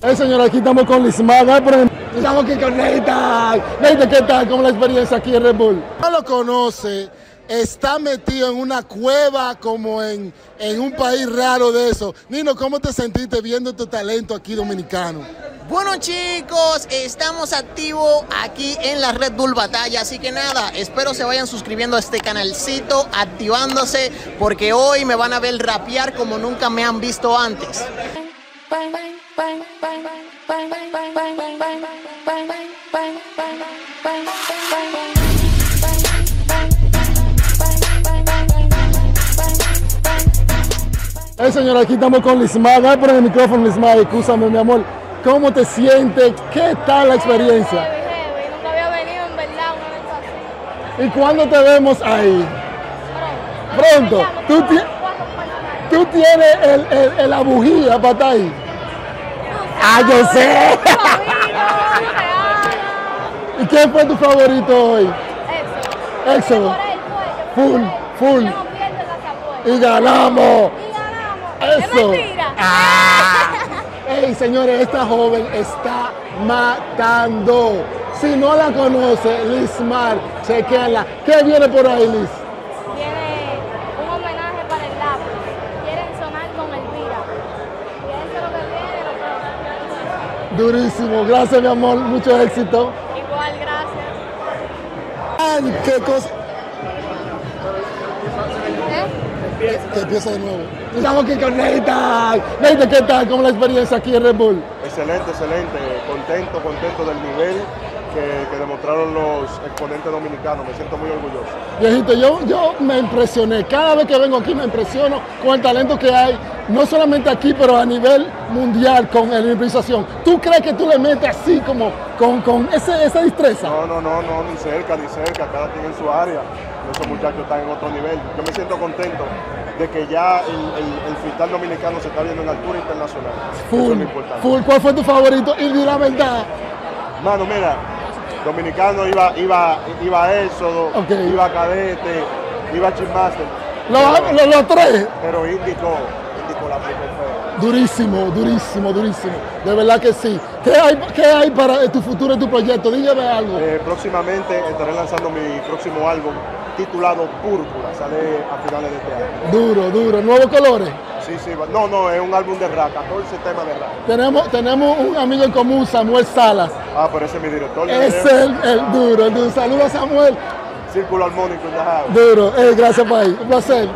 Hey señora, aquí estamos con Lismada, estamos aquí con Nathan. Nathan, ¿qué tal? ¿Cómo la experiencia aquí en Red Bull? No lo conoce, está metido en una cueva como en, en un país raro de eso. Nino, ¿cómo te sentiste viendo tu talento aquí dominicano? Bueno chicos, estamos activos aquí en la Red Bull Batalla, así que nada, espero se vayan suscribiendo a este canalcito, activándose, porque hoy me van a ver rapear como nunca me han visto antes. Hey señora, aquí estamos con Lismada, por el micrófono Lismada, escúchame mi amor. ¿Cómo te sientes? ¿Qué tal la experiencia? Heavy, heavy. Nunca había venido en verdad a un evento así. ¿Y cuándo te vemos ahí? Pronto. ¿Tú, ti- tú tienes el, el, el- la bujía para estar ahí? ¡Ah, yo sé! ¿Y quién fue tu favorito hoy? Éxodo. Éxodo. Por él fue, Full, yo fui por él. full. No pierdo la que apuesto. ¡Y ganamos! Y ganamos. Es Eso. Ah. mentira. Ey, señores, esta joven está matando. Si no la conoce, Liz Mar, chequenla. ¿Qué viene por ahí, Liz? Tiene un homenaje para el lab. Quieren sonar con Elvira. Y eso es lo que viene. lo que- Durísimo. Gracias, mi amor. Mucho éxito. Igual, gracias. Ay, qué cosa. ¿Eh? Eh, Que empieza de nuevo. Estamos aquí con Nathan. Nathan, ¿qué tal? ¿Cómo la experiencia aquí en Red Bull? Excelente, excelente. Contento, contento del nivel que, que demostraron los exponentes dominicanos. Me siento muy orgulloso. Viejito, yo, yo me impresioné. Cada vez que vengo aquí me impresiono con el talento que hay, no solamente aquí, pero a nivel mundial con la improvisación. ¿Tú crees que tú le metes así como con, con ese, esa destreza? No, no, no, no, ni cerca, ni cerca. Cada quien en su área. Esos muchachos están en otro nivel. Yo me siento contento de que ya el, el, el freestyle dominicano se está viendo en altura internacional. Eso es Full, lo importante. full. ¿Cuál fue tu favorito? Y di la verdad. Mano, mira, dominicano iba, iba, iba a Éxodo, Ok. iba a Cadete, iba a Chismaster. Los, Pero- los- los tres. Pero indicó, indicó la primera feo. Durísimo, durísimo, durísimo. De verdad que sí. ¿Qué hay, qué hay para eh, tu futuro y tu proyecto? Dígame algo. Eh, próximamente estaré lanzando mi próximo álbum titulado Púrpura. Sale a finales de este año. Duro, duro. Nuevos colores. Sí, sí. va- No, no, es un álbum de rap, 14 temas de rap. Tenemos, tenemos un amigo en común, Samuel Salas. Ah, pero ese es mi director. de Es video. el, el duro, el duro. Saludos a Samuel. Círculo Armónico in the house. Duro. Eh, gracias, país. Un placer.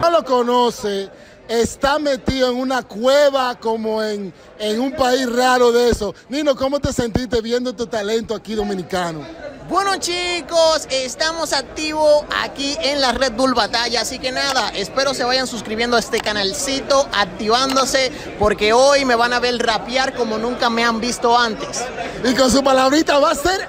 No lo conoce, está metido en una cueva como en, en un país raro de eso. Nino, ¿cómo te sentiste viendo tu talento aquí dominicano? Bueno chicos, estamos activos aquí en la Red Bull Batalla, así que nada, espero se vayan suscribiendo a este canalcito, activándose, porque hoy me van a ver rapear como nunca me han visto antes. Y con su palabrita va a ser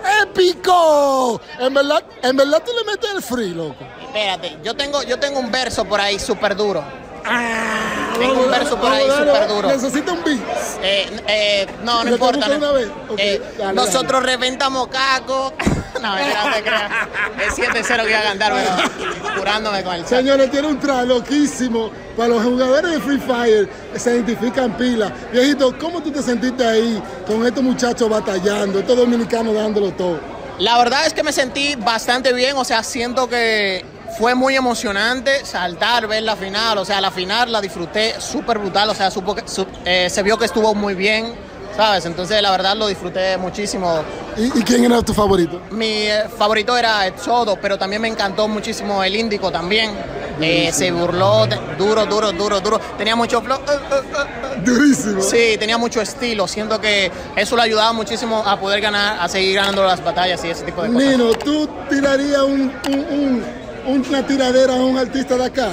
épico. En verdad, en verdad tú le metes el free, loco. Espérate, yo tengo, yo tengo un verso por ahí súper duro. Ah, Tengo un verso por ahí súper duro. Necesita un beat. Eh, eh, no, no ¿Lo importa. traduzco no. una vez? Ok, Eh, dale, nosotros reventamos caco. no, mentira, no te creas. Es 7-0 que iba a cantar, pero curándome con el chat. Señores, tiene un traje loquísimo. Para los jugadores de Free Fire se identifican pila. Viejito, ¿cómo tú te sentiste ahí con estos muchachos batallando, estos dominicanos dándolo todo? La verdad es que me sentí bastante bien, o sea, siento que fue muy emocionante saltar, ver la final, o sea, la final la disfruté súper brutal, o sea, supo que- su- eh, se vio que estuvo muy bien, ¿sabes? Entonces, la verdad lo disfruté muchísimo. ¿Y, y quién era tu favorito? Mi eh, favorito era Exodo, pero también me encantó muchísimo el Índico también. Eh, se burló de- duro, duro, duro, duro. Tenía mucho flow. eh, eh, eh, eh. Durísimo. Sí, tenía mucho estilo. Siento que eso lo ayudaba muchísimo a poder ganar, a seguir ganando las batallas y ese tipo de cosas. Nino, ¿tú tirarías un, un- un- una tiradera a un artista de acá?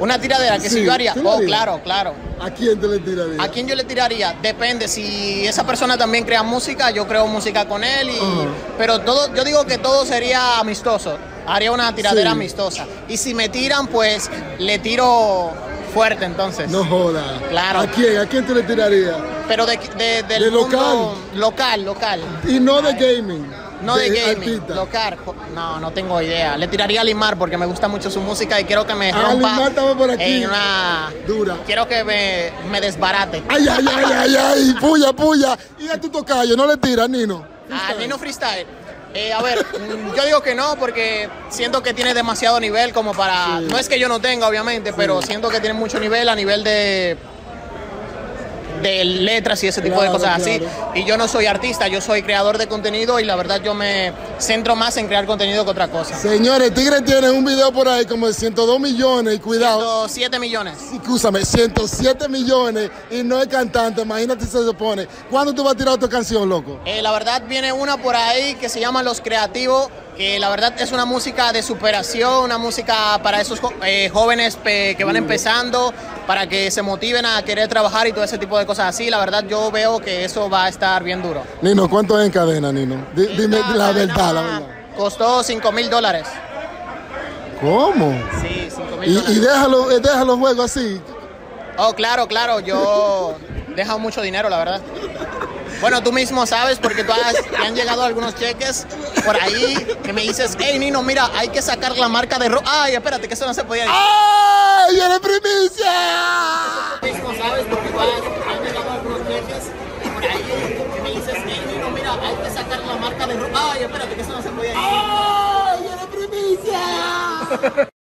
Una tiradera que Sí, si yo haría. tú lo Oh, harías. claro, claro. ¿A quién te le tirarías? ¿A quién yo le tiraría? Depende. Si esa persona también crea música, yo creo música con él. Y, Pero todo, yo digo que todo sería amistoso. Haría una tiradera Sí. amistosa. Y si me tiran, pues le tiro fuerte entonces. No joda. Claro. ¿A quién? ¿A quién te le tirarías? Pero de, de- del De mundo local. local, local. Y no de gaming. No de, gaming, artista. tocar. jo- No, no tengo idea. Le tiraría a Limar porque me gusta mucho su música y quiero que me Ah, rompa Limar estaba por aquí. en una... Dura. Quiero que me, me desbarate. Ay, ay, ay, ay, ay, puya, puya. Y a tu tocayo, no le tiras, Nino. A Ah, Nino Freestyle. Eh, a ver, mm, yo digo que no porque siento que tiene demasiado nivel como para... No es que yo no tenga, obviamente, pero siento que tiene mucho nivel a nivel de de letras y ese tipo de Claro, cosas claro. así. Y yo no soy artista, yo soy creador de contenido y la verdad yo me centro más en crear contenido que otra cosa. Señores, Tigre tiene un video por ahí como de 102 millones, y cuidado. 7 millones. Escúchame, 107 millones y no es cantante, imagínate si se supone. ¿Cuándo tú vas a tirar tu canción, loco? Eh, la verdad viene una por ahí que se llama Los Creativos, que la verdad es una música de superación, una música para esos jo- eh, jóvenes pe- que van empezando, para que se motiven a querer trabajar y todo ese tipo de cosas así. La verdad yo veo que eso va a estar bien duro. Nino, ¿cuánto es en cadena, Nino? Di- dime la verdad, la verdad. Costó 5 mil dólares. ¿Cómo? Sí, 5 Y, mil y dólares. déjalo, eh, déjalo juego así. Oh, claro, claro, yo he dejado mucho dinero, la verdad. Bueno, tú mismo sabes porque tú has, te han llegado algunos cheques por ahí que me dices, hey Nino, mira, hay que sacar la marca de ropa. Ay, espérate, que eso no se podía decir. ¡Ay, eres primicia! Tú mismo sabes porque tú has, han llegado algunos cheques por ahí que me dices, hey Nino, mira, hay que sacar la marca de ropa. Ay, espérate, que eso no se podía decir. ¡Ay, eres primicia!